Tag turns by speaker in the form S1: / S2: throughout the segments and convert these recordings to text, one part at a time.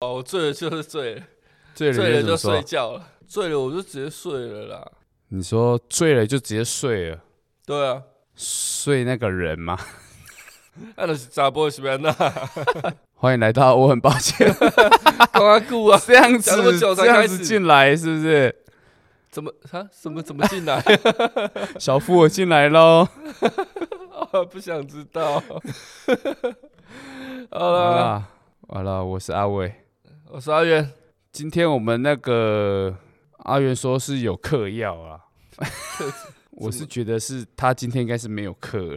S1: 哦醉了就是醉了，
S2: 醉了
S1: 醉了
S2: 你是怎么
S1: 就睡
S2: 说？
S1: 觉了，醉了我就直接睡了啦。
S2: 你说醉了就直接睡了，
S1: 对啊，
S2: 睡那个人吗？
S1: 那就是查甫是安那，
S2: 欢迎来到， 我很抱歉
S1: 刚刚顾啊，
S2: 这样子
S1: 讲那么久才
S2: 这样
S1: 开
S2: 子
S1: 始
S2: 进来是不是？
S1: 怎么啊？怎么怎么进来？
S2: 小夫我进来喽，
S1: 啊不想知道。 好
S2: 好
S1: 啦，
S2: 啦好啦，我是阿伟。
S1: 我是阿元，
S2: 今天我们那个阿元说是有嗑药 啊，我是觉得是他今天应该是没有嗑了，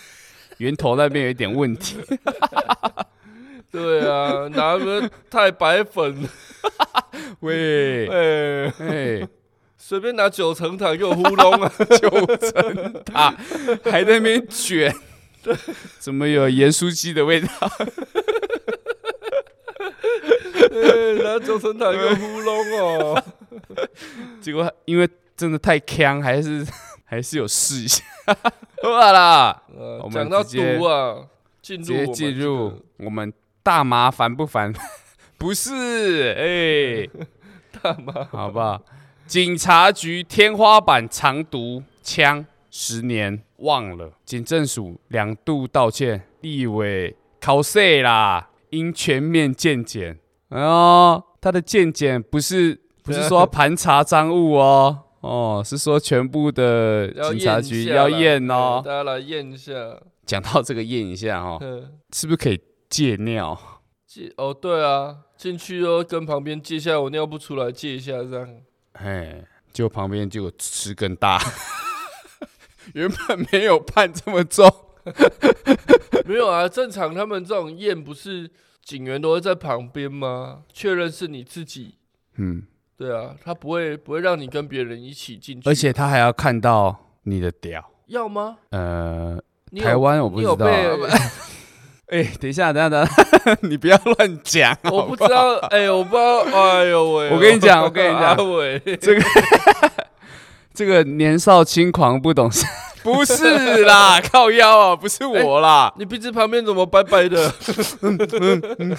S2: 源头那边有一点问 题。
S1: 对 啊，拿个太白粉，
S2: 喂，
S1: 哎，
S2: 哎，
S1: 随便拿九层塔给我糊弄 啊！
S2: 九层塔还在那边卷，怎么有盐酥鸡的味道？
S1: 哎拿九层塔给我糊弄 哦。
S2: 结果因为真的太呛，还是 还是有试 一下。好啦，
S1: 呃
S2: 我们
S1: 讲到
S2: 直接
S1: 毒啊，进
S2: 直
S1: 入我
S2: 接
S1: 们
S2: 进
S1: 这个
S2: 入我们大麻烦不烦？ 不是，哎、
S1: 大 麻，
S2: 好不好？警察局天花板藏毒枪，十年忘了。警政署两度道歉，立委考试啦，应全面鉴检。哦，他的鉴检不是不是说要盘查赃物哦，哦，是说全部的
S1: 要
S2: 警察
S1: 验
S2: 局
S1: 一下
S2: 要
S1: 啦
S2: 验哦
S1: 嗯。大家来验一下。
S2: 讲到这个验一下哦，
S1: 嗯，
S2: 是不是可以戒尿？
S1: 借哦，对啊，进去哦，跟旁边借一下，我尿不出来，借一下这样。
S2: 哎，就旁边就有吃更大， 原本没有判这么重。
S1: 没有啊，正常他们这种验不是警员都会在旁边吗？确认是你自己。
S2: 嗯，
S1: 对啊，他不会不会让你跟别人一起进去，
S2: 而且他还要看到你的屌。
S1: 要吗？
S2: 呃，
S1: 你有
S2: 台湾我不
S1: 你
S2: 知
S1: 有
S2: 道
S1: 被
S2: 啊。？ 哎、等一下，等一下，等一下， 你不要乱讲。哦
S1: 我不知道，哎，我不知道，哎呦喂！啊
S2: 我跟你讲我跟你讲
S1: 阿伟，
S2: 这个年少轻狂 不懂事，不是啦，靠腰啊，不是我啦。
S1: 你鼻子旁边怎么白白的？哎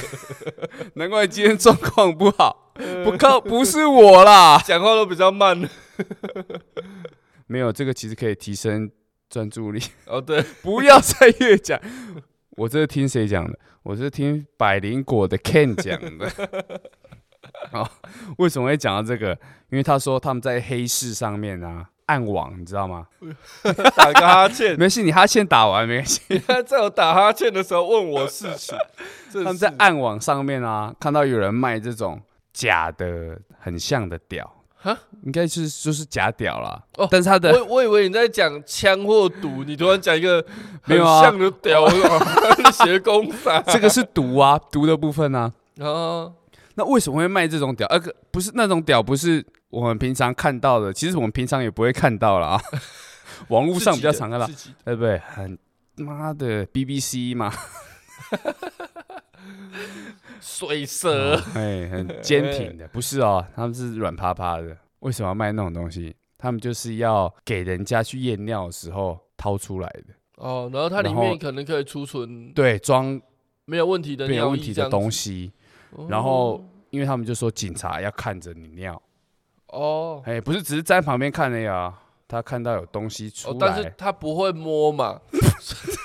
S2: 难怪今天状况不好，
S1: 呃
S2: 不靠，不是我啦。
S1: 讲话都比较慢。
S2: 没有这个其实可以提升专注力，
S1: 哦，对，
S2: 不要再越讲。我这是听谁讲的？我是听百灵果的 Ken 讲的。 哦，为什么会讲到这个？因为他说他们在黑市上面啊暗网，你知道吗？
S1: 打个哈 欠。
S2: 没事，你哈欠打完没关系。
S1: 他在我打哈欠的时候问我事情，他
S2: 他们在暗网上面啊，看到有人卖这种假的，很像的屌
S1: 哈，
S2: 应该是就是假屌啦。
S1: 哦
S2: 但是他的
S1: 我我以为你在讲枪或毒，你突然讲一个
S2: 没
S1: 很
S2: 有啊
S1: 像的 屌，我说学工法。
S2: 这个是毒啊，毒的部分啊。
S1: 哦，
S2: 那为什么会卖这种屌？呃，可不是那种屌，不是我们平常看到的，其实我们平常也不会看到了啊。 网络上比较常看到
S1: 自，己的
S2: 对不对？很妈的 BBC 嘛，
S1: 自己的水蛇，
S2: 哎，很坚挺的，不是哦，他们是软趴趴的。为什么要卖那种东西？他们就是要给人家去验尿的时候掏出来的，
S1: 哦，然后它里
S2: 然后
S1: 面可能可以储存
S2: 对，装
S1: 没有问题的
S2: 没有
S1: 尿
S2: 问
S1: 液
S2: 题
S1: 这
S2: 的
S1: 样
S2: 东
S1: 子，
S2: 西。
S1: 哦
S2: 然后，因为他们就说警察要看着你尿，
S1: 哦
S2: 哎，不是只是站旁边看而已啊，他看到有东西出
S1: 哦，
S2: 来，
S1: 但是他不会摸嘛，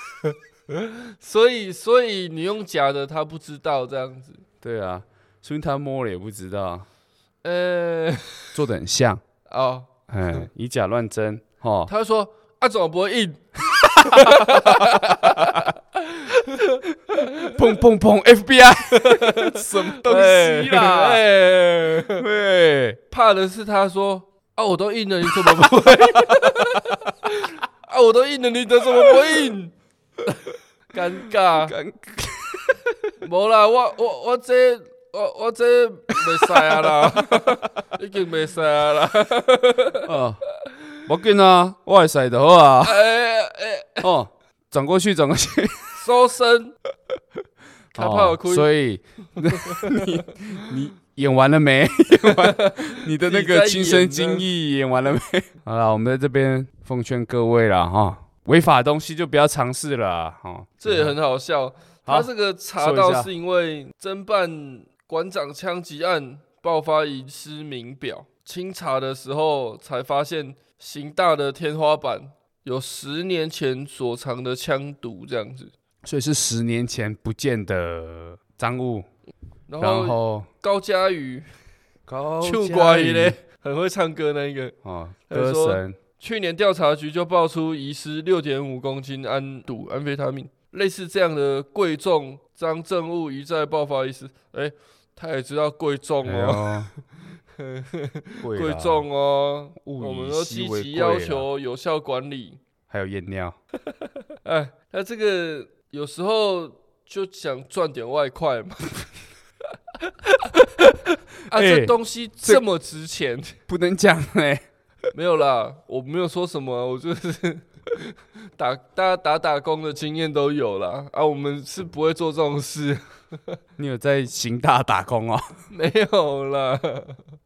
S1: 所以所以你用假的，他不知道这样子。
S2: 对啊，说明他摸了也不知道，
S1: 呃，
S2: 做的很像，
S1: 哦，
S2: 哎， 以假乱真，哦，
S1: 他说啊，怎么不会硬？
S2: 砰砰砰，FBI，什么东西啦？哎、
S1: 哎哎
S2: 对，
S1: 怕的是他说啊，我都硬了，你怎么不会？啊，我都硬了，你怎么不会硬？尴尬，
S2: 尴
S1: 无啦，我我我这我我这袂使啊啦， 已经袂使啊啦。
S2: 哦，我紧啊，我会使的好啊，
S1: 哎哎，
S2: 哦，转过去，转过去，
S1: 收身，他怕我
S2: 哦
S1: 哭，
S2: 所以 你你演完了没？ 演完你的那
S1: 你在
S2: 个
S1: 演
S2: 亲身
S1: 呢
S2: 经历演完了没？好了，我们在这边奉劝各位啦，哈、违法的东西就不要尝试了啊，哈、哦，
S1: 这也很好笑。他
S2: 好
S1: 这个查
S2: 说一
S1: 到
S2: 下
S1: 是因为侦办馆长枪击案爆发遗失名表，清查的时候才发现刑大的天花板有十年前所藏的枪毒这样子。
S2: 所以是十年前不见的赃物，
S1: 然
S2: 然
S1: 后
S2: 后
S1: 高佳瑜，
S2: 高
S1: 秋
S2: 嘉
S1: 瓜
S2: 瑜
S1: 鱼嘞，很会唱歌那一个，
S2: 哦，
S1: 他就
S2: 歌
S1: 说
S2: 神
S1: 去年调查局就爆出遗失六点五公斤安赌安非他命，类似这样的贵重赃证物一再爆发遗失。哎、他也知道贵重哦，
S2: 哎呦贵
S1: 贵
S2: 啦，
S1: 重哦，
S2: 物
S1: 我们
S2: 以
S1: 都
S2: 稀
S1: 积
S2: 为
S1: 极
S2: 贵
S1: 要
S2: 啦
S1: 求有效管理。
S2: 还有验尿，
S1: 哎，那这个有时候就想赚点外快嘛。 啊，
S2: 哎
S1: 这东西
S2: 这
S1: 这么值钱，
S2: 不能讲哎、
S1: 没有啦，我没有说什么啊，我就是 打大家打打工的经验都有啦。啊，我们是不会做这种事，
S2: 你有在刑大打工哦？
S1: 没有啦，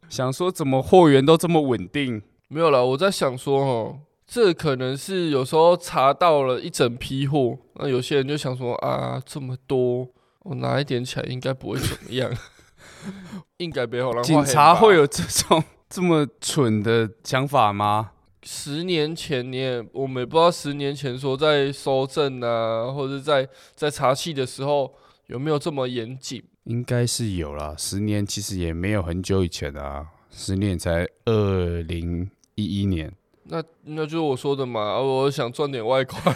S2: 想说怎么货源都这么稳定？
S1: 没有啦。我在想说哦，这可能是有时候查到了一整批货，那有些人就想说啊，这么多，我拿一点起来应该不会怎么样， 应该不会让
S2: 警察会有这种 这么蠢的想法吗？
S1: 十年前你也，我们也不知道十年前说在搜证啊，或者在在查气的时候有没有这么严谨。
S2: 应该是有啦，十年其实也没有很久以前啊，十年才二零一一年。
S1: 那那就是我说的嘛，啊、我想赚点外快，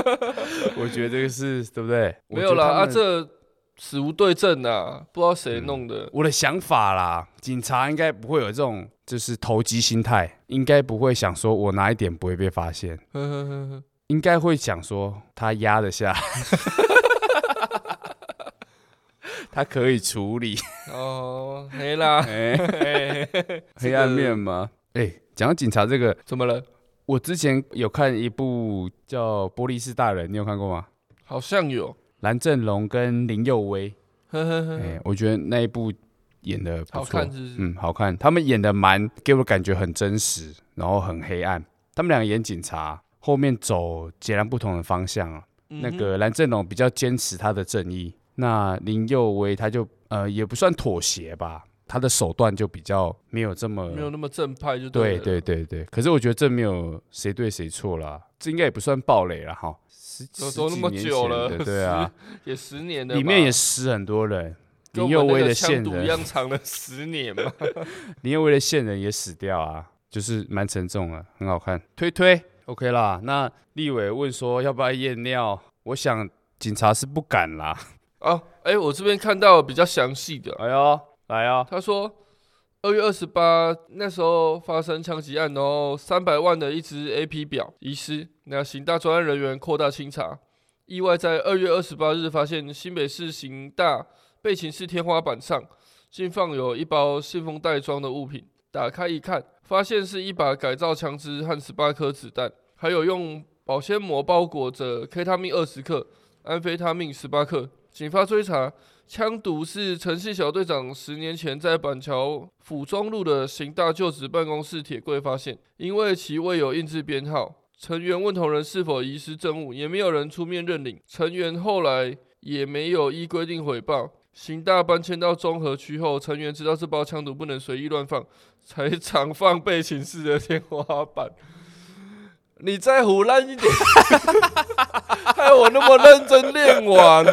S2: 我觉得这个是对不对？
S1: 没有啦，啊，
S2: 我觉得他们嗯
S1: 这死无对证啊，不知道谁弄 的。
S2: 我的想法啦，警察应该不会有这种就是投机心态，应该不会想说我哪一点不会被发现，
S1: 呵呵呵呵
S2: 应该会想说他压得下，他可以处理。
S1: 哦，没 啦，
S2: 哎、
S1: 嘿嘿嘿
S2: 黑暗面吗？哎、讲到警察这个，
S1: 怎么了？
S2: 我之前有看一部叫《玻璃士大人》，你有看过吗？
S1: 好像有，
S2: 蓝正龙跟林佑威，
S1: 呵呵
S2: 哎、
S1: 呵，
S2: 我觉得那一部演的不
S1: 好
S2: 错
S1: 看，是不是？
S2: 嗯，好看。他们演的蛮给我感觉很真实，然后很黑暗。他们两个演警察，后面走截然不同的方向啊。
S1: 嗯
S2: 那
S1: 哼
S2: 个蓝正龙比较坚持他的正义，那林佑威他就呃也不算妥协吧，他的手段就比较没有这么
S1: 没有那么正派就
S2: 对
S1: 了
S2: 对对对，可是我觉得这没有谁对谁错啦，这应该也不算暴雷了哈。十
S1: 都
S2: 十
S1: 都
S2: 几
S1: 那么
S2: 年
S1: 久
S2: 前
S1: 了
S2: 的对啊，
S1: 也十年了嘛，
S2: 里面也死很多人，
S1: 跟
S2: 林
S1: 我
S2: 佑
S1: 们那
S2: 威
S1: 个
S2: 的
S1: 枪
S2: 线
S1: 毒一
S2: 人，
S1: 样长了十年 嘛。
S2: 林佑威的线人也死掉啊，就是蛮沉重的，很好看，推推 OK 啦。那立伟问说要不要验尿，我想警察是不敢啦。
S1: 啊，哎、我这边看到比较详细的，
S2: 哎呦，来哦，
S1: 他说二月二十八那时候发生枪击案，然后三百万的一只 A P 表遗失，那刑大专案人员扩大清查，意外在二月二十八日发现新北市刑大备勤室天花板上竟放有一包信封袋装的物品，打开一看，发现是一把改造枪支和十八颗子弹，还有用保鲜膜包裹着 K 他命二十克、安非他命十八克。警方追查，枪毒是城市小队长十年前在板桥府中路的刑大旧址办公室铁柜发现，因为其未有印制编号，成员问同仁是否遗失证物，也没有人出面认领。成员后来也没有依规定回报。刑大搬迁到中和区后，成员知道这包枪毒不能随意乱放，才常放备寝室的天花板。 你再胡乱一点， 害我那么认真练完，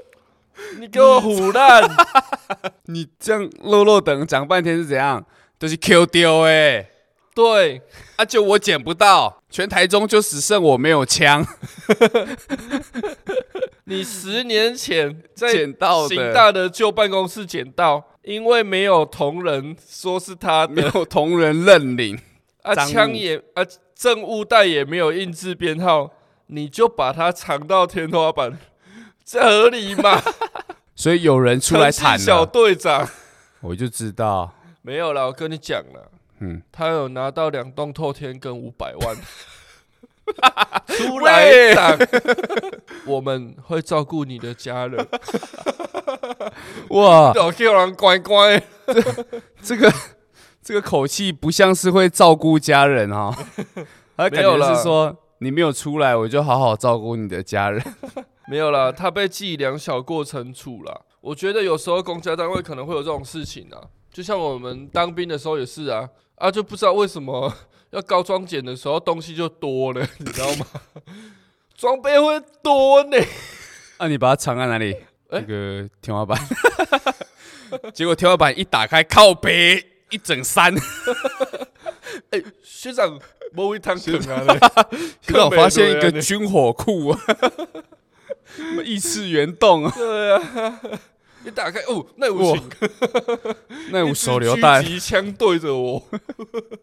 S1: 你给我胡乱。
S2: 你这样漏漏等讲半天是怎样？都、是 Q 丢哎、
S1: 对，
S2: 啊，就我捡不到，全台中就只剩我没有枪
S1: 你十年前 在
S2: 捡到的，
S1: 刑大的旧办公室捡到，因为没有同仁说是他
S2: 没
S1: 的，
S2: 有同人认领，
S1: 啊，
S2: 赃物
S1: 枪也啊，证物袋也没有印制编号，你就把它藏到天花板， 这合理吗？
S2: 所以有 人出来
S1: 诚
S2: 惨
S1: 信小
S2: 了，
S1: 队长
S2: 我就知道，
S1: 没有啦，我跟你讲了，
S2: 嗯，
S1: 他有拿到两栋透天跟五百 万。出来
S2: 喂
S1: 挡， 我们会照顾你的家 人。
S2: 哇，
S1: 老 Q 人乖乖，
S2: 这个 这个口气不像是会照顾家 人哈、哦，他感
S1: 没有
S2: 觉
S1: 啦
S2: 是说你没有 出来，我就好好照顾你的家人，
S1: 没有啦，他被记两小过惩处啦。我觉得有时候公家单位可能会有这种事情啊，就像我们当兵的时候也是啊，啊就不知道为什么 要高装检的时候东西就多了， 你知道吗？装备会多呢，
S2: 啊，你把它藏在哪里？
S1: 哎
S2: 那个天花板。 结果天花板一打开，靠背一 整山。
S1: 哎学长，莫会汤可啊，
S2: 刚好发现一
S1: 靠北
S2: 个
S1: 对
S2: 军火库， 什么异次元洞 啊，
S1: 对啊，一打开哦，那
S2: 哇
S1: 我请
S2: 那有手榴
S1: 一
S2: 弹
S1: 支狙击枪对着我。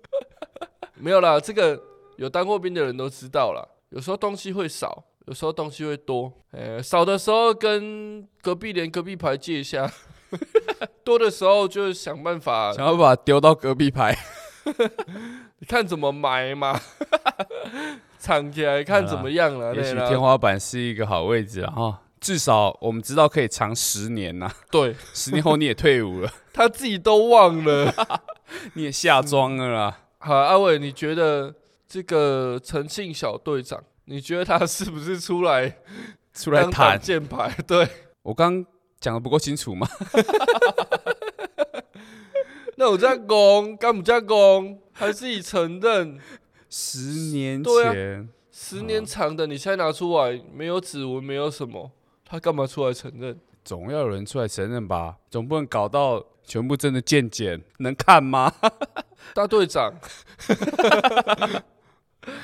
S1: 没有啦，这个有当过兵的人都知道啦。有时候东西会少，有时候东西会多。呃，少的时候跟隔壁连隔壁牌借一下， 多的时候就想办法
S2: 想要把它丢到隔壁排。
S1: 看怎么埋嘛， 藏起来看怎么样了。
S2: 也许
S1: 对啦
S2: 天花板是一个好位置啊，哈，至少我们知道可以藏十年呐、
S1: 对
S2: 十年后你也退伍了，
S1: 他自己都忘了。
S2: 你也下庄了啦。
S1: 好，阿伟，你觉得这个诚信小队长，你觉得他是不是出来
S2: 出来
S1: 当挡
S2: 谈，
S1: 箭牌？ 对，
S2: 我刚讲的不够清楚吗？
S1: 那我这样攻，干不这样攻，还自己承认。
S2: 十年
S1: 对啊
S2: 前，
S1: 十年长的，你现在拿出来，没有指纹，没有什么，他干嘛出来承认？
S2: 总要有人出来承认吧，总不能搞到全部真的见检，能看吗？
S1: 大队长，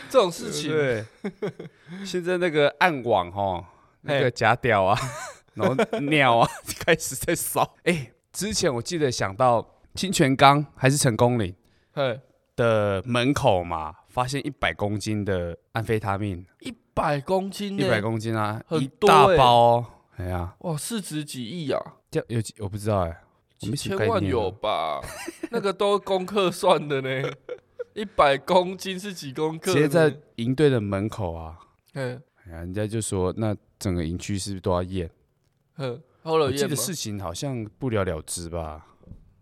S1: 这种事情，
S2: 对不对， 现在那个暗网哈，那
S1: 嘿
S2: 个假屌啊， 然后尿啊， 开始在扫。哎、之前我记得想到清泉岗还是成功岭
S1: 嘿，
S2: 的门口嘛，发现一百公斤的安非他命，
S1: 一百公斤
S2: 一
S1: 呢、
S2: 百公斤啊，
S1: 嗯很
S2: 一
S1: 多
S2: 大
S1: 欸
S2: 包、哦。哎呀，
S1: 哇，市值几亿啊，
S2: 这样有几我不知道哎、我
S1: 几
S2: 没什么
S1: 千
S2: 概
S1: 万
S2: 念
S1: 有
S2: 啊
S1: 吧？那个都功课算的呢，一百公斤是几公克
S2: 直
S1: 呢？
S2: 接在营队的门口啊，
S1: 嗯
S2: 哎呀，人家就说那整个营区是不是都要验？
S1: 嗯，后
S2: 我
S1: 了
S2: 记
S1: 验
S2: 得
S1: 吗？
S2: 事情好像不了了之吧。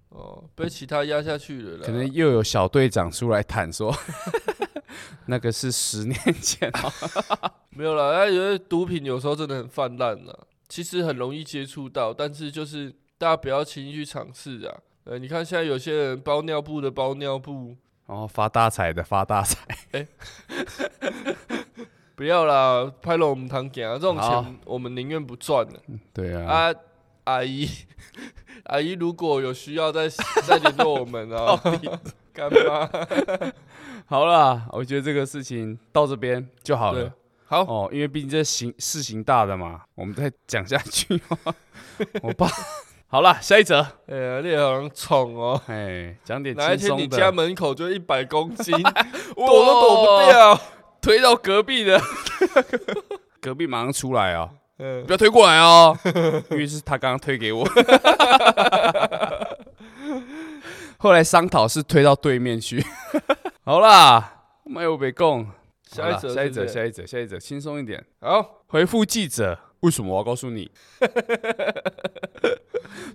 S1: 哦，被其他压下去了啦，
S2: 可能又有小队长出来坦说， 那个是十年前 啊，
S1: 没有啦，那因为毒品有时候真的很泛滥啦，其实很容易接触到，但是就是大家不要轻易去尝试啊。呃，你看现在有些人包尿布的包尿布，
S2: 然后发大财的发大财，
S1: 不要啦，拍了我们堂给啊，这种
S2: 好
S1: 钱我们宁愿不赚了
S2: 对啊，
S1: 啊。阿姨， 阿姨如果有需要再再联络我们 啊，干嘛？
S2: 好啦，我觉得这个事情到这边就好
S1: 对
S2: 了。，
S1: 好，
S2: 哦，因为毕竟这行事情大的嘛，我们再讲下去、哦。 我爸，好了，下一则，
S1: 哎呀，你好像宠哦。
S2: 哎，讲点
S1: 哪一
S2: 轻
S1: 天你
S2: 松
S1: 家
S2: 的，
S1: 门口就一百公 斤，躲
S2: 躲
S1: 都躲不
S2: 掉，
S1: 掉。
S2: 推到隔壁的， 隔壁马上出来哦，
S1: 嗯
S2: 不，要推过来哦，因为是他刚刚推给我。 后来商讨是推到对面去。 好啦，没有被供。好
S1: 下
S2: 啦
S1: 一则，
S2: 下一
S1: 是不
S2: 则，
S1: 是
S2: 下一则，下一则，轻松一点。
S1: 好。
S2: 回复记者，为什么我要告诉 你？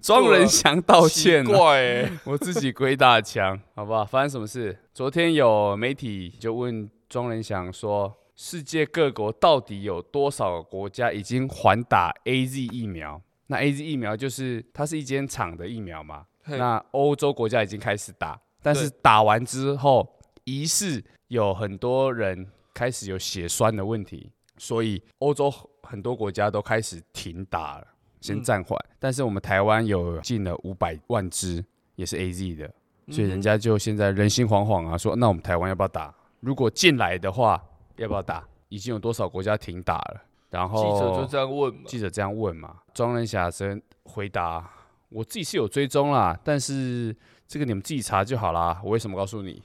S2: 庄仁祥道歉啊
S1: 奇
S2: 了，
S1: 怪、欸，
S2: 我自己鬼打墙，好不好？发生什么事？昨天有媒体就问庄仁祥说，世界各国到底有多少个国家已经还打 A Z 疫苗？那 A Z 疫苗就是它是一间厂的疫苗嘛？
S1: 嘿
S2: 那欧洲国家已经开始打，但是
S1: 对
S2: 打完之后，疑似有很多人开始有血栓的问题，所以欧洲很多国家都开始停打了，先
S1: 嗯
S2: 暂缓。但是我们台湾有进了五百万支，也是 A Z 的，所以人
S1: 嗯
S2: 家就现在人心惶惶啊，说那我们台湾要不要打？如果进来的话，要不要打？已经有多少国家停打了？然
S1: 哼
S2: 后
S1: 记者就这样问嘛，
S2: 记者这样问嘛，庄仁霞则回答：“我自己是有追踪啦，但是这个你们自己查就好啦，我为什么告诉你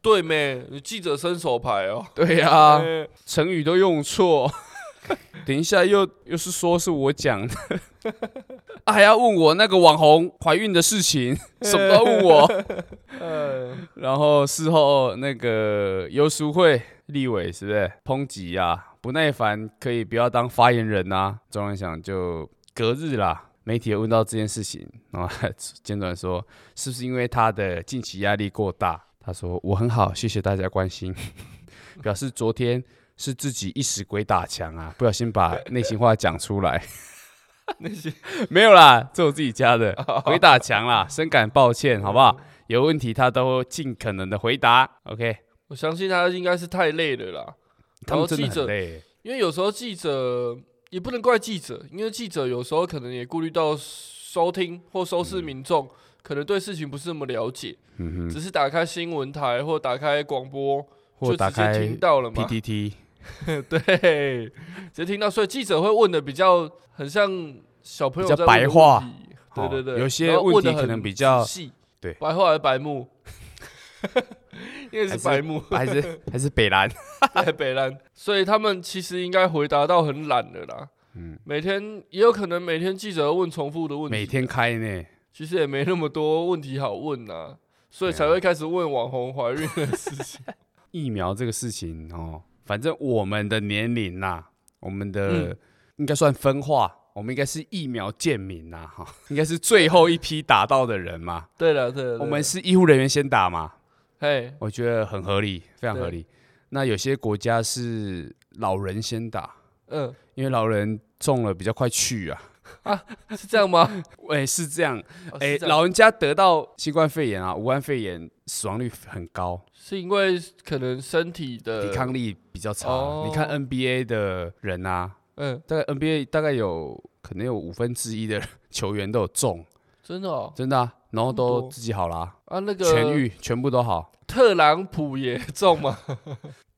S1: 对咩？你记者伸手牌哦？”、
S2: 对呀、哦 啊，
S1: 欸
S2: 成语都用错， 等一下又又是说是我讲的， 啊还要问我那个网红怀孕的事情，什么都要问我。
S1: 呃，
S2: 然后事后那个游淑慧立委是不是抨击啊？不耐烦可以不要当发言人啊？庄文想就隔日啦，媒体有问到这件事情，然后他简短说是不是因为他的近期压力过大？他说我很好，谢谢大家关心， 表 示昨天是自己一时鬼打墙啊，不小心把内心话讲出来。
S1: 那些
S2: 没有啦，这我自己加 的。
S1: 哦
S2: 回打墙啦，深感抱
S1: 嗯
S2: 歉，好不好？有问题他都尽可能的回答。OK，
S1: 我相信他应该是太累了啦。
S2: 他
S1: 然后
S2: 们真
S1: 记
S2: 的很
S1: 者，
S2: 累。
S1: 因为有时候记者也不能怪记者，因为记者有时候可能也顾虑到收听或收视民众，可能对事情不是那么了解，
S2: 嗯哼，
S1: 只是打开新闻台或打开广播
S2: 或
S1: 就
S2: 打
S1: 直接
S2: 开
S1: 听到了嘛。
S2: PTT，
S1: 对，直接听到，所以记者会问的比较很像小朋友
S2: 比较
S1: 在问的
S2: 白话
S1: 问题，对
S2: 哦
S1: 对对，
S2: 有些
S1: 然后
S2: 问
S1: 问得
S2: 题可
S1: 很
S2: 能比较
S1: 仔细，
S2: 对
S1: 白话还是白目， 因为是
S2: 还是
S1: 白目
S2: 还是还是北兰。
S1: 在北兰，所以他们其实应该回答到很懒了啦。
S2: 嗯，
S1: 每天也有可能每天记者问重复的问题，
S2: 每天开呢，
S1: 其实也没那么多问题好问呐、啊，所以
S2: 对啊
S1: 才会开始问网红怀孕的事情。
S2: 疫苗这个事情哦，反正我们的年龄呐、我们的、
S1: 嗯
S2: 应该算分化，我们应该是疫苗贱民呐、哈、应该是最后一批打到的人嘛。
S1: 对了对了，
S2: 我
S1: 对
S2: 们
S1: 了
S2: 是医护人员先打嘛，
S1: 嘿，
S2: 我觉得很合理，非常合理。那有些国家是老人先打，
S1: 嗯，
S2: 因为老人中了比较快去啊。
S1: 是这样吗？
S2: 哎、是这样，
S1: 哦
S2: 哎、
S1: 是这样
S2: 老人家得到新冠肺炎啊，武汉肺炎死亡率很高，
S1: 是因为可能身体的
S2: 抵抗力比较差。
S1: 哦
S2: 你看 NBA 的人啊，
S1: 嗯，
S2: 大概 NBA 大概有可能有五分之一的 球员都有中，
S1: 真的哦
S2: 真的、啊，然后
S1: 这么
S2: 都
S1: 多
S2: 自己好啦，
S1: 啊，那个
S2: 痊愈，全部都好。
S1: 特朗普也中 嘛，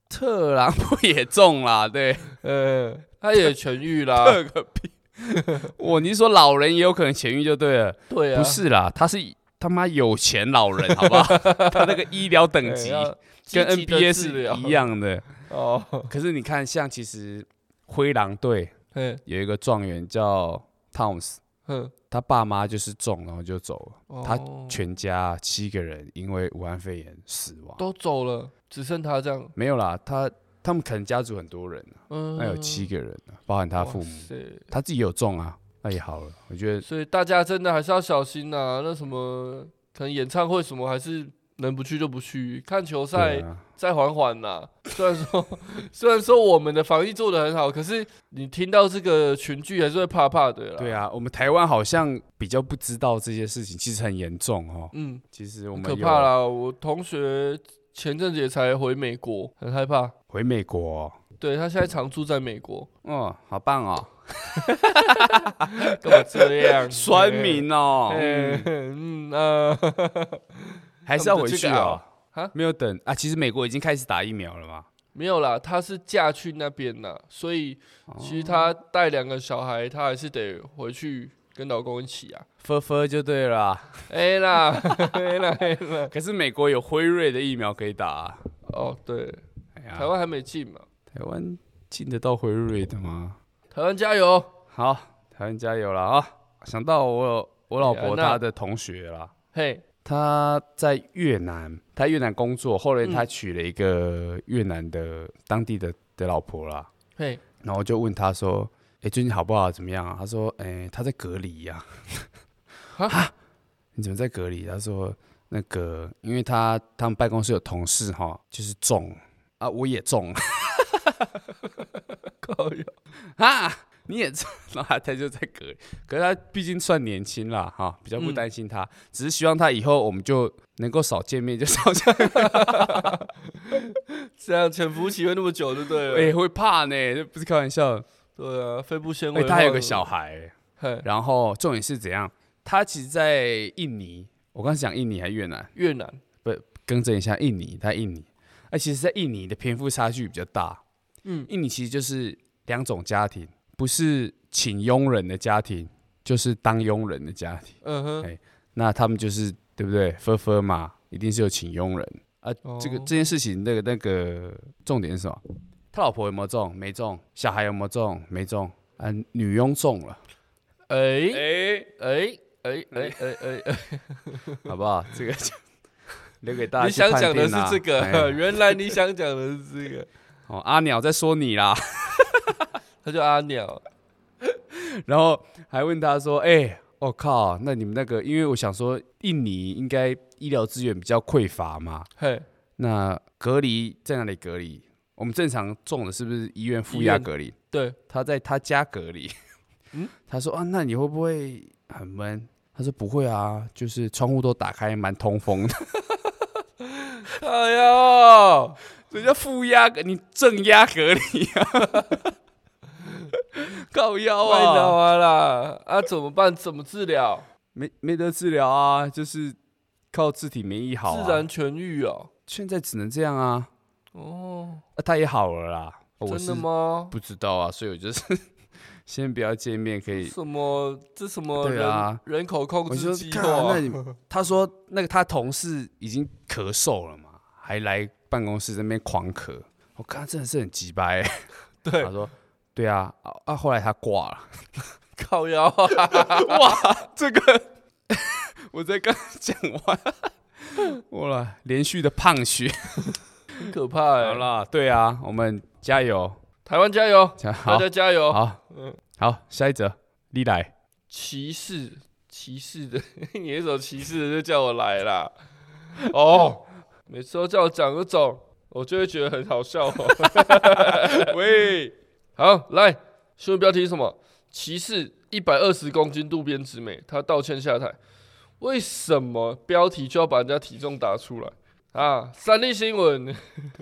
S2: 特朗普也中啦，对，
S1: 呃，他也痊愈啦，
S2: 嗯 特个屁！ 我你是说老人也有可能痊愈就对了，
S1: 对啊，
S2: 不是啦，他是他妈有钱老人，好 不好？他那个医疗等
S1: 哎
S2: 级
S1: 要
S2: 跟
S1: 积极地
S2: NBA
S1: 治疗
S2: 是一样的。
S1: 哦，
S2: 可是你看，像其实灰狼队
S1: 嗯
S2: 有一个状元叫 Towns，
S1: 哼，
S2: 他爸妈就是中，然后就走了， 他
S1: 哦
S2: 全家七个人因为武汉肺炎死亡。
S1: 都走了，只剩他这样，
S2: 没有啦，他他们可能家族很多人啊，
S1: 嗯，
S2: 那有七个人啊，包含他父母，
S1: 母，
S2: 他自己有中啊，那也好了，我觉得。
S1: 所以大家真的还是要小心呐，那什么可能演唱会什么还是。能不去就不去，看球
S2: 对
S1: 赛
S2: 啊，
S1: 再缓缓啦。虽然说， 虽然说我们的防疫做得很好，可是你听到这个群聚还是会怕怕的啦。
S2: 对，啊，我们台湾好像比较不知道这些事情，其实很严重哦。
S1: 嗯，
S2: 其实我们
S1: 可
S2: 有啊
S1: 怕啦！我同学前阵子也才回美国，很害怕。
S2: 回美国哦，
S1: 对他现在常住在美 国，
S2: 哦，好棒哦，
S1: 干嘛这样？
S2: 酸民哦，
S1: 哎，
S2: 嗯
S1: 嗯啊，
S2: 还是要回去
S1: 他们
S2: 哦
S1: 的。啊
S2: 没有等啊，其实美国已经开始打疫苗了嘛。
S1: 没有啦，他是嫁去那边啦，所以其实他带两个小孩，他还是得回去跟老公一起啊。
S2: 分分就对了啊，
S1: 哎啦，哎啦，哎啦。
S2: 可是美国有辉瑞的疫苗可以打啊、
S1: 哦，对，
S2: 哎呀
S1: 台湾还没进嘛，
S2: 台湾进得到辉瑞的吗？
S1: 台湾加油！
S2: 好，台湾加油了啊！想到我有我老
S1: 哎呀
S2: 婆
S1: 那
S2: 她的同学啦，
S1: 嘿，
S2: 她在越南，她越南工作，后来
S1: 嗯
S2: 她娶了一个越南的当地的的老婆啦。
S1: 嘿，
S2: 然后就问他说：“哎、最近好不好？怎么样啊？”他说：“哎、他在隔离呀、
S1: 啊
S2: 哈你怎么在隔离？”他说：“那个，因为他他们办公室有同事哈，就是中啊，我也中
S1: 靠呀！
S2: 啊，你也中， 然后他他就在隔离。可是他毕竟算年轻啦，哈，比较不
S1: 嗯
S2: 担心他，只是希望他以后我们就能够少见面，就少见面。
S1: 这样潜伏期会那么久，就对了。
S2: 哎、会怕呢，这不是开玩笑。
S1: 对啊，肺部纤
S2: 哎、
S1: 维。
S2: 他还有个小，嗯孩、
S1: 嘿，
S2: 然后重点是怎样？他其实，在印尼，我刚才讲印尼还是越南，
S1: 越南。
S2: 更正一下，印尼，他印尼。哎，其实，在印尼的贫富差距比较大。
S1: 嗯
S2: 印尼其实就是两种家庭，不是请佣人的家庭，就是当佣人的家庭。
S1: 嗯哼，
S2: 哎那他们就是对不对？分分嘛，一定是有请佣人啊。这个
S1: 哦
S2: 这件事情，那个那个重点是什么？他老婆有没有中？没中。小孩有没有中？没中。啊，女佣中了，
S1: 哎
S2: 哎，
S1: 哎哎哎哎哎哎，
S2: 好不好？这个就留给大家
S1: 你
S2: 去
S1: 想
S2: 判定啦。
S1: 讲的是这
S2: 哎
S1: 个，
S2: 呀
S1: 原来你想讲的是这个，
S2: 哦，阿鸟在说你啦，
S1: 他叫阿鸟，
S2: 然后还问他说：“哎、我、靠，那你们那个，因为我想说印尼应该医疗资源比较匮乏嘛，
S1: 嘿，
S2: 那隔离在哪里隔离？我们正常中的是不是医院
S1: 医
S2: 负
S1: 院
S2: 压隔离？
S1: 对，
S2: 他在他家隔离，
S1: 嗯
S2: 他说啊，那你会不会很闷？他说不会啊，就是窗户都打开，蛮通风的。
S1: 哎呀，
S2: 人家负压隔，你正压隔离啊， 靠腰
S1: 坏脑
S2: 啊，
S1: 啊啦！啊，怎么办？怎么治疗？
S2: 没没得治疗啊，就是靠自体免疫好、啊，
S1: 自然痊愈哦。
S2: 现在只能这样啊。
S1: 哦，
S2: 啊他也好了啦，哦我
S1: 真
S2: 是
S1: 的吗？
S2: 不知道啊，所以我就是 先不要见面，可以。
S1: 什么？这什么
S2: 对
S1: 人、
S2: 啊
S1: 人口控
S2: 我就
S1: 制
S2: 说
S1: 计
S2: 干
S1: 划
S2: 啊
S1: 啊、
S2: 那你他说那个他同事已经咳嗽了嘛，还来办公室那边狂咳，我看他真的是很鸡掰、欸。
S1: 对
S2: 他说对啊，啊啊后来他挂了。
S1: 靠腰啊！
S2: 哇，这个我在刚讲完， 哇，连续的胖学。
S1: 很可怕哎、
S2: 好啦，对啊，我们加油，
S1: 台湾加油，
S2: 加
S1: 大
S2: 好，
S1: 家加油！嗯
S2: 好，好，下一则，你来。
S1: 歧视，歧视的， 你那种歧视的就叫我来啦。哦，每次都叫我讲这种，我就会觉得很好笑哦。
S2: 喂，
S1: 好，来，新闻标题是什么？歧视一百二十公斤渡边直美，她道歉下台。为什么标题就要把人家体重打出来啊？三立新闻，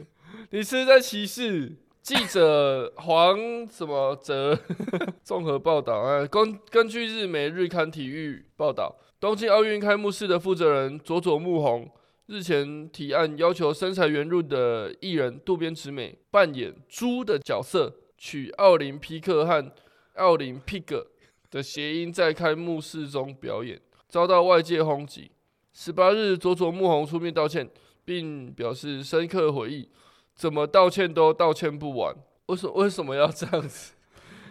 S1: 你是不是在歧视？记者黄什么哲 综合报道啊，根根据日媒日刊体育报道，东京奥运开幕式的负责人佐佐木宏日前提案要求身材圆润的艺人渡边直美扮演猪的角色，取奥林匹克和奥林匹克的谐音，在开幕式中表演，遭到外界抨击。十八日，佐佐木宏出面道歉，并表示深刻回忆，怎么道歉都道歉不完。为什为什么要这样 子？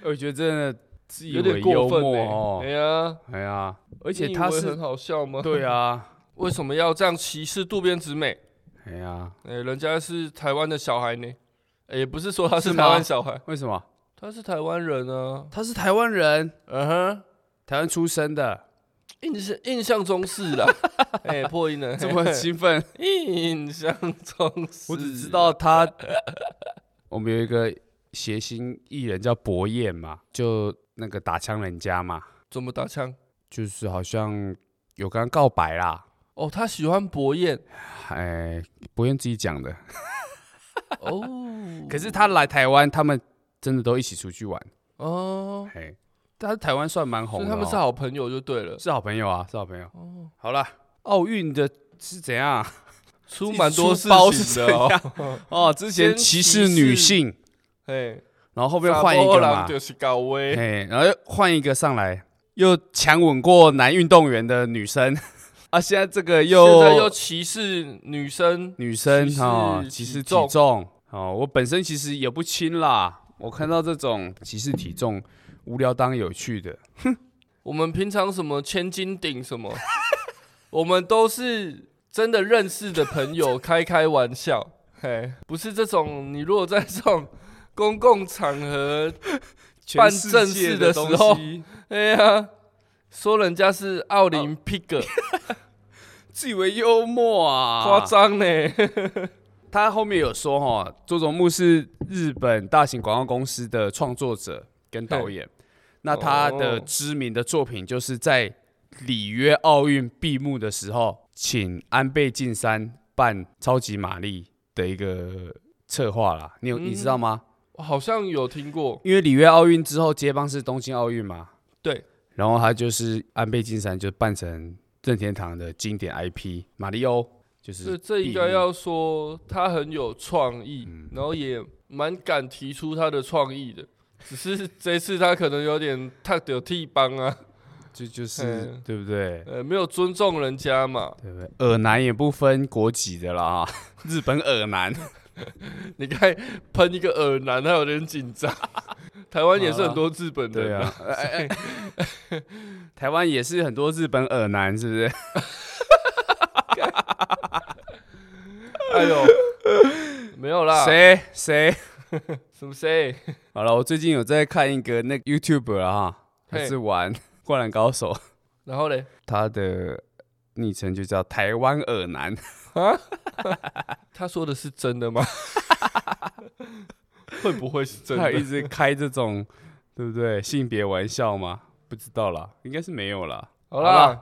S2: 我觉得真的自以
S1: 有
S2: 为
S1: 点
S2: 幽
S1: 过
S2: 默
S1: 分呢、
S2: 哦
S1: 哎，呀，
S2: 哎呀，而
S1: 而
S2: 且他
S1: 很
S2: 是
S1: 好笑吗？
S2: 对 啊，
S1: 为什么要这样歧视渡边直美？
S2: 哎呀，
S1: 哎、人家是台湾的小孩呢，哎也不是说他是
S2: 是吗
S1: 台湾小孩，
S2: 为什么
S1: 他是台湾人啊。
S2: 他是台湾人，
S1: 嗯哼，
S2: 台湾出生的，
S1: 印象印象中是 啦，哎、破音了，
S2: 这 么兴奋？
S1: 印象中是，
S2: 我只知道他， 我们有一个谐星艺人叫博彦嘛，就那个打枪人家嘛，
S1: 怎么打枪。
S2: 就是好像有跟他告白啦，
S1: 哦，他喜欢博彦
S2: 哎，博彦自己讲的。
S1: 哦，
S2: 可是他来台湾，他们真的都一起出去玩，
S1: 哦，
S2: 哎，但他台湾算蛮红
S1: 所以
S2: 的哦，
S1: 他们是好朋友就对了，
S2: 是好朋友啊，是好朋友。哦，好了，奥运的是怎样？
S1: 出
S2: 一直
S1: 蛮多
S2: 出
S1: 事
S2: 包
S1: 情
S2: 是
S1: 的哦，
S2: 哦，之前
S1: 先歧
S2: 歧视
S1: 视
S2: 女性，
S1: 哎，
S2: 然后后面换一个
S1: 查甫
S2: 嘛
S1: 人，就是高威，
S2: 哎，然后又换一个上来，又强吻过男运动员的女生 啊，现在这个
S1: 现在又
S2: 又
S1: 歧视女生，
S2: 女生
S1: 歧视
S2: 哈，
S1: 体
S2: 歧视体
S1: 重
S2: 重哦，我本身其实也不轻啦，我看到这种歧视体重，无聊当有趣的，
S1: 我们平常什么千斤顶什么， 我们都是真的认识的朋友开开玩笑，嘿，不是这种。你如果在这种公共场合，
S2: 全
S1: 办
S2: 世
S1: 正
S2: 界
S1: 事
S2: 的
S1: 的
S2: 东
S1: 时候
S2: 西
S1: 哎呀，说人家是奥林匹克，
S2: 自以为幽默啊，
S1: 夸张呢。
S2: 他后面有说哈，佐佐木是日本大型广告公司的创作者跟导演，哦那他的
S1: 哦
S2: 知名的作品就是在里约奥运闭幕的时候，请安倍晋三办超级玛丽的一个策划啦。你
S1: 嗯
S2: 有、你知道吗？
S1: 好像有听过，
S2: 因为里约奥运之后接棒是东京奥运嘛，
S1: 对，
S2: 然后他就是安倍晋三就扮成任天堂的经典 IP 马里欧，就是
S1: 这这应该
S2: 闭幕
S1: 要说他很有创意，
S2: 嗯
S1: 然后也蛮敢提出他的创意的。只是这次他可能有点太有替帮啊，
S2: 就就是
S1: 嗯
S2: 对不对？
S1: 呃，没有尊重人家嘛。
S2: 对不对？耳男也不分国籍的啦，哈 日本耳男，
S1: 你看喷一个耳男，他有点紧张。 台湾也是很多日本
S2: 对
S1: 人、
S2: 啊，哎哎台湾也是很多日本耳男，是不是？
S1: 哎呦， 没有啦，
S2: 啊谁谁？
S1: 什么谁？
S2: 好了，我最近有在看一个那个 YouTube 啊，哈，他
S1: 嘿
S2: 是玩《灌篮高手》，
S1: 然后嘞，
S2: 他的昵称就叫台湾耳男，
S1: 他说的是 真的吗？会不会是真
S2: 他有一
S1: 的？
S2: 直开这种对不对？性别玩笑吗？不知道啦，应该是没有啦。
S1: 好啦，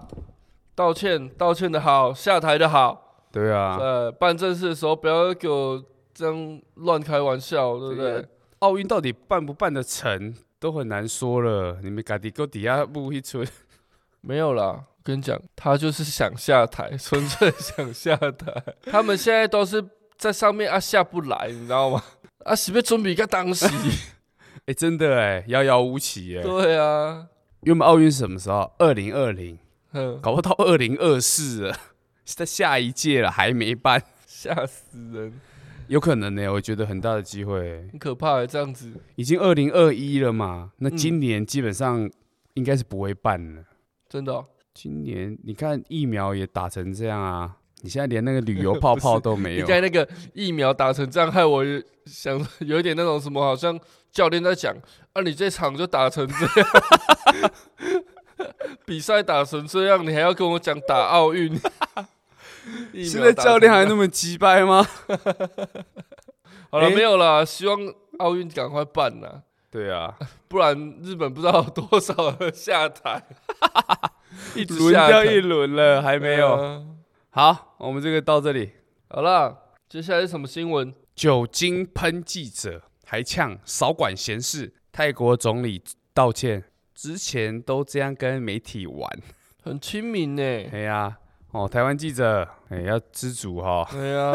S1: 道歉道歉的好，下台的好，
S2: 对啊，
S1: 呃，办正事的时候不要给我这样乱开玩笑，对不
S2: 这
S1: 对
S2: 个？奥运到底办不办得成都很难说了。你们家己够底下不一出，
S1: 没有啦，我跟你讲，他就是想下台，纯粹想下台。他们现在都是在上面啊下不来，你知道吗？ 啊，是不是准备个当 时？
S2: 哎、真的哎、遥遥无期哎、
S1: 对啊，
S2: 原本奥运是什么时候？二零二零，
S1: 哼，
S2: 搞不到二零二四了，是在下一届了，还没办，
S1: 吓死人，
S2: 有可能呢、我觉得很大的机会欸、
S1: 很可怕、欸，这样子。
S2: 已经二零二一了嘛，那
S1: 嗯
S2: 今年基本上应该是不会办了。
S1: 真的哦、
S2: 今年你看疫苗也打成这样啊，你现在连那个旅游泡泡都没
S1: 你
S2: 有
S1: 刚。才那个疫苗打成这样，害我有想有一点那种什么，好像教练在讲啊，你这场就打成这样， 比赛打成这样，你还要跟我讲打奥 运？疫苗
S2: 现在
S1: 打
S2: 教
S1: 成
S2: 练
S1: 这样
S2: 还那么鸡掰吗？
S1: 好了，
S2: 诶
S1: 没有啦，希望奥运赶快办啦，
S2: 对 啊，
S1: 不然日本不知道有多少人下台， 一直
S2: 轮
S1: 下台
S2: 掉一轮了，还没有。
S1: 嗯
S2: 好，我们这个到这里。
S1: 好啦，接下来是什么新闻？
S2: 酒精喷记者还呛少管闲事，泰国总理道歉，之前都这样跟媒体玩。
S1: 很亲民呢。
S2: 哎呀、哦，台湾记者哎要知足哈、
S1: 对呀，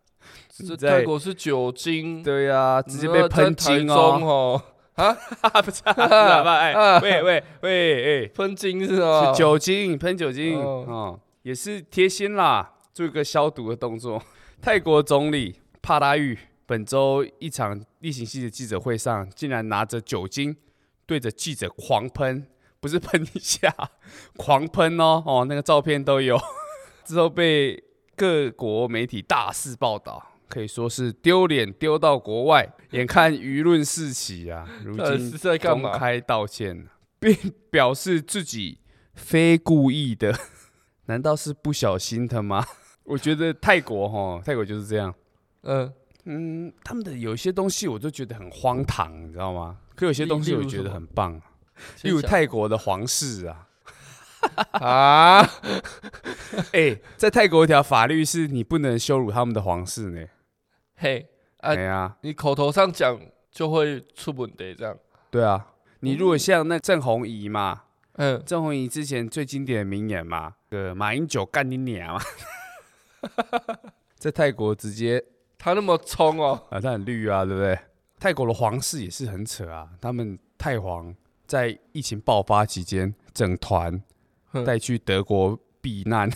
S1: 这
S2: 啊在
S1: 泰国是酒精，嗯
S2: 对呀、直接被喷金 哦，
S1: 哦，
S2: 不是 啊，不是啊，不哎、
S1: 啊
S2: 喂喂喂哎、
S1: 喷金是吗？
S2: 是酒精喷酒精
S1: 哦
S2: 哦也是贴心啦，做一个消毒的动作。 泰国总理帕拉育本周一场例行性的记者会上，竟然拿着酒精对着记者狂喷，不是喷一下， 狂喷哦哦，那个照片都有， 之后被各国媒体大肆报道。可以说是丢脸丢到国外，眼看舆论四起啊！如
S1: 到底
S2: 今
S1: 是在干
S2: 公
S1: 嘛？
S2: 开道歉， 并表示自己非故意的， 难道是不小心的吗？ 我觉得泰国哈，泰国就是这样，
S1: 嗯，
S2: 嗯，他们的有些东西我就觉得很荒唐，你知道吗？可有些东西
S1: 例例
S2: 我
S1: 如
S2: 觉
S1: 什
S2: 得
S1: 么
S2: 很棒，例
S1: 先
S2: 如
S1: 讲
S2: 泰国的皇室啊，
S1: 啊，
S2: 哎、在泰国有一条法律是你不能羞辱他们的皇室呢，
S1: 嘿，啊
S2: 哎呀，
S1: 你口头上讲就会出问题，这样，
S2: 对啊，你如果像那郑红怡嘛，
S1: 嗯，
S2: 郑红怡之前最经典的名言嘛，呃，马英九干你娘嘛， 在泰国直接
S1: 他那么冲哦，
S2: 啊，他很绿啊，对不对？泰国的皇室也是很扯啊，他们泰皇在疫情爆发期间，整团
S1: 哼
S2: 带去德国避难，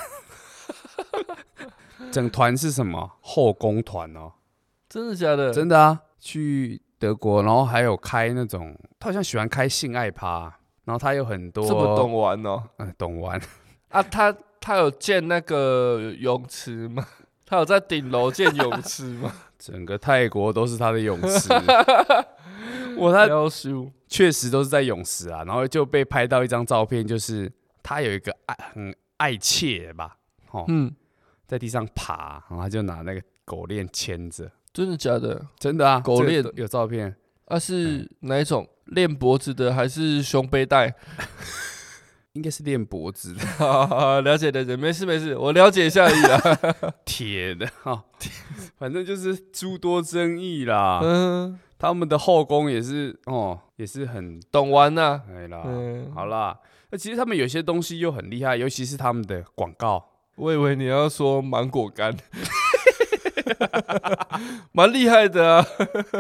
S2: 整团是什么后宫团哦，
S1: 真的假的？
S2: 真的啊，去德国，然后还有开那种，他好像喜欢开性爱趴，然后他有很多
S1: 这么，懂玩哦？
S2: 嗯，懂玩。
S1: 啊，他他有建那个泳池吗？ 他有在顶楼建泳池 吗？
S2: 整个泰国都是他的泳 池，我他
S1: 要修
S2: 确实都是在泳池啊，然后就被拍到一张照片，就是他有一个爱很爱妾吧，哦，
S1: 嗯，
S2: 在地上爬，然后他就拿那个狗链牵着，
S1: 真的假的？
S2: 真的啊，
S1: 狗链
S2: 这个有照片，
S1: 啊，是哪一种？练脖子的还是胸背带？
S2: 应该是练脖子的
S1: 了解了解，没事没事，我了解一下而已啦。
S2: 铁的哈、哦，反正就是诸多争议 啦。
S1: 嗯，
S2: 他们的后宫也是哦，也是很
S1: 懂玩呐、
S2: 哎啦，
S1: 嗯，
S2: 好啦，那其实他们有些东西又很厉害，尤其是他们的广告。
S1: 我以为你要说芒果 干，蛮厉害的啊，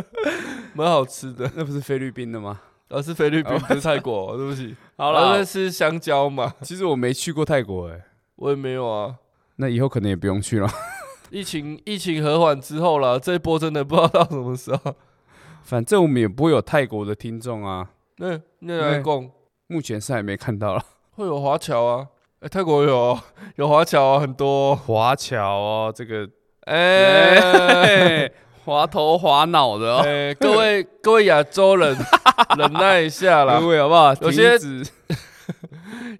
S1: 蛮好吃的。
S2: 那不是菲律宾的吗？
S1: 啊，是菲律宾，不是泰国、对不起。
S2: 好
S1: 啊那
S2: 了，
S1: 是香蕉嘛？
S2: 其实我没去过泰国、哎，
S1: 我也没有啊。
S2: 那以后可能也不用去了。
S1: 疫情疫情和缓之后啦，这一波真的不知道到什么时候。
S2: 反正我们也不会有泰国的听众啊，
S1: 那那来讲，
S2: 目前是还没看到了。
S1: 会有华侨啊？哎、泰国有哦有华侨啊，很多哦、
S2: 华侨哦，这个
S1: 哎、
S2: 哎，滑头滑脑的
S1: 哎、
S2: 哦，
S1: 各位各位亚洲人， 忍耐一下啦
S2: 各。位好不好？
S1: 有些
S2: 停止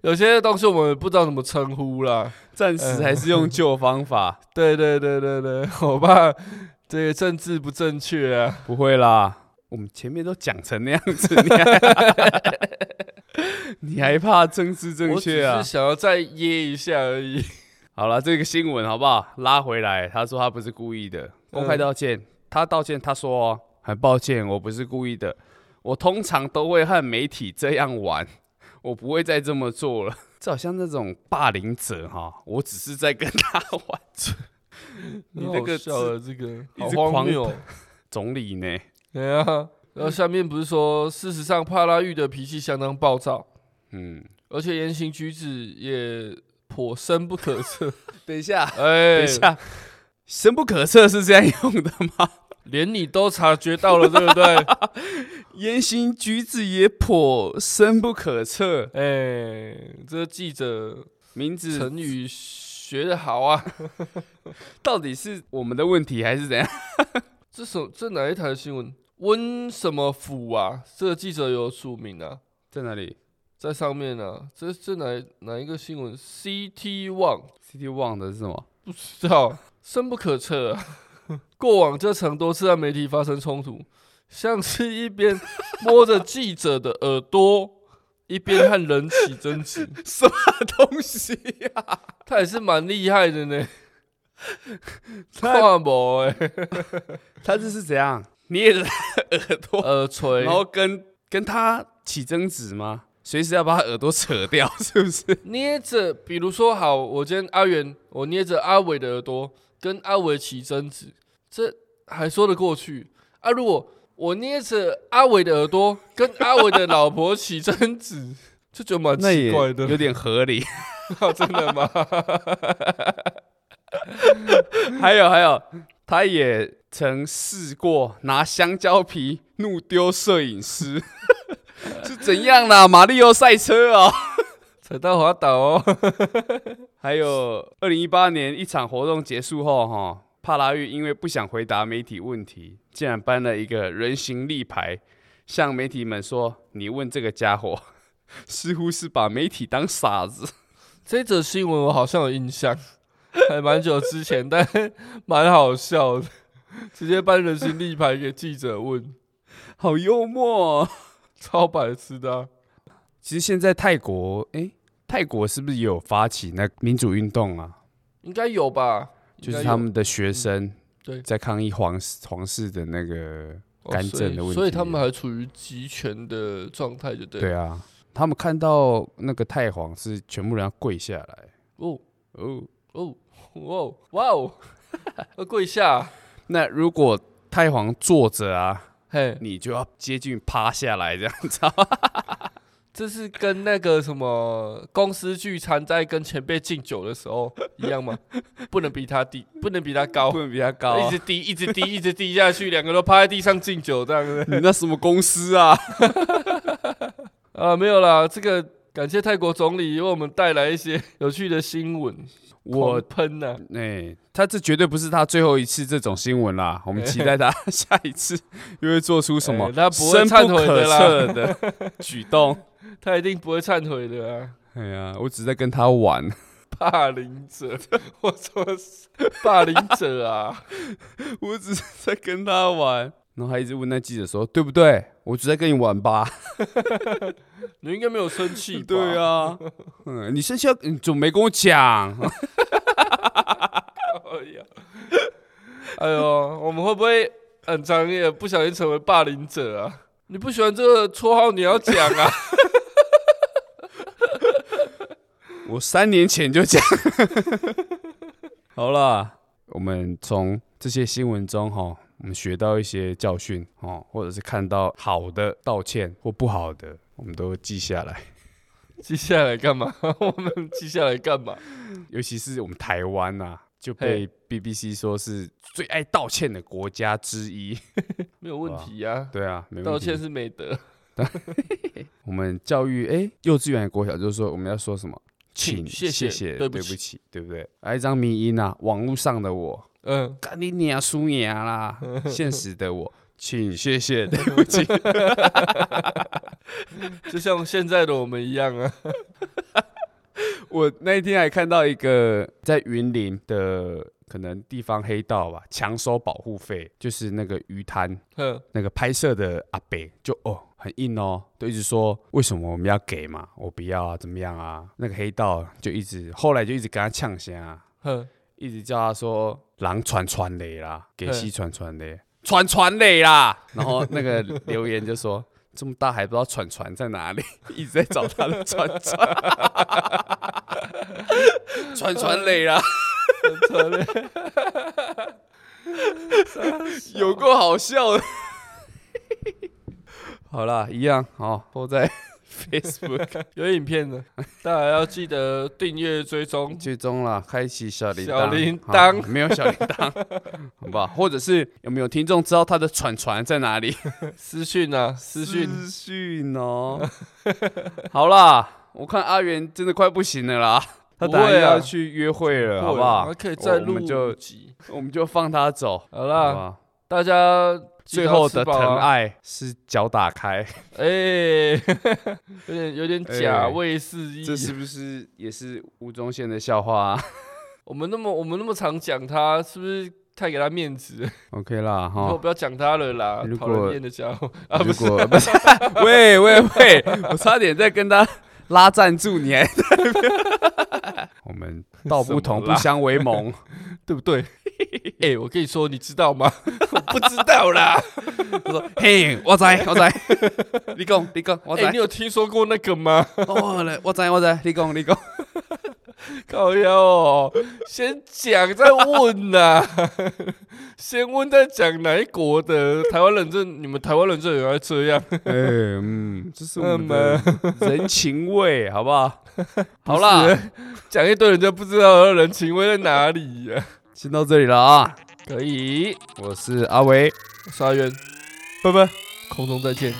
S1: 有些东西我们不知道怎么称呼啦。
S2: 暂时还是用旧方法，
S1: 对对对对对，我怕这个政治不正确啊。
S2: 不会啦。我们前面都讲成那样子，你还 你还怕政治正
S1: 我只
S2: 确啊
S1: 是？想要再噎一下而已。
S2: 好了，这个新闻好不好？拉回来，他说他不是故意的，公开道歉。他道歉，他说、哦、很抱歉，我不是故意的。我通常都会和媒体这样玩，我不会再这么做了。这好像那种霸凌者哈，我只是在跟他玩。你这个
S1: 笑了，这个
S2: 你
S1: 好
S2: 是
S1: 荒
S2: 狂
S1: 谬哦。
S2: 总理呢？
S1: 对啊，然后下面不是说，事实上帕拉玉的脾气相当暴躁，
S2: 嗯，
S1: 而且言行举止也颇深不可 测。
S2: 等一下，
S1: 哎，
S2: 等一下，深不可测是这样用的吗？
S1: 连你都察觉到了，对不 对？
S2: 言行举止也颇深不可测，
S1: 哎，这记者
S2: 名字
S1: 成语学的好啊！
S2: 到底是我们的问题还是怎样？
S1: 这什这哪一台的新闻？温什么府啊？这个记者有署名啊，
S2: 在哪里
S1: 在上面啊。这这哪哪一个新闻？CT One
S2: ？City 忘的是什么？
S1: 不知道，深不可测、啊。 过往这曾多次和媒体发生冲突，像是一边摸着记者的耳朵，一边和人起争执。
S2: 什么 东西啊呀、
S1: 他也是蛮厉害的呢，
S2: 他
S1: 跨模哎，
S2: 他这是怎样？捏着他的耳朵，
S1: 耳垂
S2: 然后跟跟他起争执吗？随时要把他耳朵扯掉， 是不是？
S1: 捏着，比如说好，我今天阿元，我捏着阿伟的耳朵，跟阿伟起争执，这还说得过去啊。如果我捏着阿伟的耳朵，跟阿伟的老婆起争执， 这就蛮
S2: 那也
S1: 奇怪的
S2: 有，点合 理。哦
S1: 真的吗？
S2: 还有还有，他也曾试过拿香蕉皮怒丢摄影师， 是怎样啦？马里奥赛车哦。
S1: 踩到滑倒哦，
S2: 还有，二零一八年一场活动结束后，哈，帕拉玉因为不想回答媒体问题，竟然搬了一个人形立牌，向媒体们说：“你问这个家伙， 似乎是把媒体当傻子。
S1: 这则新闻我好像有印象，还蛮久之前，但蛮好笑的，直接搬人形立牌给记者问，”
S2: 好幽默、哦。
S1: 超白痴的啊、
S2: 其实现在泰国，诶，泰国是不是也有发起那民主运动啊？
S1: 应该有吧？
S2: 就是
S1: 应该
S2: 他
S1: 有嗯
S2: 们的学生
S1: 对
S2: 在抗议皇室皇室的那个，
S1: 哦
S2: 干
S1: 所
S2: 政
S1: 以
S2: 的问
S1: 所以
S2: 题
S1: 他们还处于集权的状态，就对。
S2: 对啊，他们看到那个太皇是全部人要跪下来
S1: 哦
S2: 哦。
S1: 哦哇哇哦，要跪下，
S2: 那如果太皇坐着啊，
S1: 嘿，
S2: 你就要接近趴下来这样子啊。
S1: 这是跟那个什么公司聚餐在跟前辈敬酒的时候一样吗？不能比他低，不能比他高
S2: 不。能比他高
S1: 哦一
S2: 啊、
S1: 直低，一直低，一直低下去，两个都趴在地上敬酒这样子。
S2: 你那什么公司啊？
S1: 啊，没有啦，这个感谢泰国总理为我们带来一些有趣的新闻。
S2: 我
S1: 狂喷呐、
S2: 哎、他这绝对不是他最后一次这种新闻 啦。我们期待他下一次又会做出什么
S1: 哎他不会
S2: 深
S1: 忏
S2: 不
S1: 悔
S2: 可
S1: 的啦
S2: 测 的举动。
S1: 他一定不会忏悔的啊。
S2: 哎呀，我只在跟 他玩，
S1: 霸凌者， 我说是霸凌者啊，
S2: 我只是在跟他玩。然后还一直问那记者说：“对不对？我只在跟你玩吧。”
S1: 你应该没有生气吧？
S2: 对，啊，嗯，你生气要你怎么没跟我讲？
S1: 哎呀，哎呦，我们会不会很常也不小心成为霸凌者啊？你不喜欢这个绰号，你要讲 啊！
S2: 我三年前就讲。 好啦，我们从这些新闻中哈，我们学到一些教训哦，或者是看到好的道歉或不好的，我们都记下来。
S1: 记下来干嘛？ 我们记下来干嘛？
S2: 尤其是我们台湾呐、啊就被 BBC 说是最爱道歉的国家之一。
S1: 没有问题呀、
S2: 对啊，没
S1: 啊，
S2: 问题
S1: 道歉是美德。
S2: 我们教育，哎、幼稚园、国小就是说我们要说什么，
S1: 请
S2: 请
S1: 谢谢
S2: 谢
S1: 对
S2: 对
S1: 不起
S2: 起，对不对？来一张迷音啊，网络上的我，
S1: 嗯，
S2: 干你娘输赢啦，现实的我，请谢谢，对不起，
S1: 就像现在的我们一样啊。
S2: 我那一天还看到一个在云林的可能地方黑道吧，强收保护费，就是那个鱼摊
S1: 哼，
S2: 那个拍摄的阿北就哦很硬哦，就一直说为什么我们要给嘛，我不要啊，怎么样啊？那个黑道就一直后来就一直跟他呛声啊，
S1: 哼，
S2: 一直叫他说“狼传传嘞啦，给
S1: 嘿
S2: 西传传嘞，传传嘞啦”，然后那个留言就说。 这么大还不知道传传在哪里， 一直在找他的传传， 传传累啦，
S1: 很扯嘞，
S2: 有够好笑的。 好啦，一样哦，都在 Facebook
S1: 有影片的，大家要记得订阅追踪。
S2: 最终 啦，开启小铃铛，
S1: 小铃铛
S2: 好没有小铃铛，好不好？或者是有没有听众知道他的传传在哪里？
S1: 私讯啊，私讯，
S2: 资讯哦。 好啦，我看阿元真的快不行了啦，他
S1: 不
S2: 等下
S1: 会啊
S2: 要去约会啊了，好不好
S1: 还？可以再
S2: 我
S1: 录
S2: 我们就
S1: 五集。
S2: 我们就放他走，
S1: 好
S2: 好
S1: 啦，
S2: 吧？
S1: 大家记得
S2: 最后的
S1: 吃饱啊
S2: 疼，爱是脚打开，
S1: 哎， 有点有点假
S2: 哎
S1: 卫士意
S2: 这。是不是也是吴宗宪的笑话啊
S1: 我们那么我们那么常讲他，是不是太给他面子？
S2: ？OK 啦，
S1: 以后
S2: 哈。
S1: 不要讲他了啦
S2: 哦如，
S1: 讨
S2: 果
S1: 人厌的家伙 啊，不
S2: 如
S1: 是
S2: 果 不是，喂喂喂，我差点在跟他拉赞助，你还在那 边我们道不同
S1: 什
S2: 不
S1: 么啦
S2: 相为 谋，
S1: 对不对？哎、我跟你说，你知道吗？我 不知道啦。
S2: 他说：“嘿，我知，我知， 你讲，你 讲，我
S1: 哎、你有听说过那个吗？
S2: 哦，来，我知，我知，你讲，你讲。
S1: 靠腰哦，先讲再问呐、 先问再讲哪一国的台湾人这你们台湾人这原来这样，
S2: 哎，嗯，这是我们的人情味，好 不好？好
S1: 不
S2: 啦，
S1: 是讲一堆人家不知道人情味在哪里呀、
S2: 先到这里了啊！
S1: 可以，
S2: 我是阿维，
S1: 沙渊，
S2: 拜拜。
S1: 空中再见。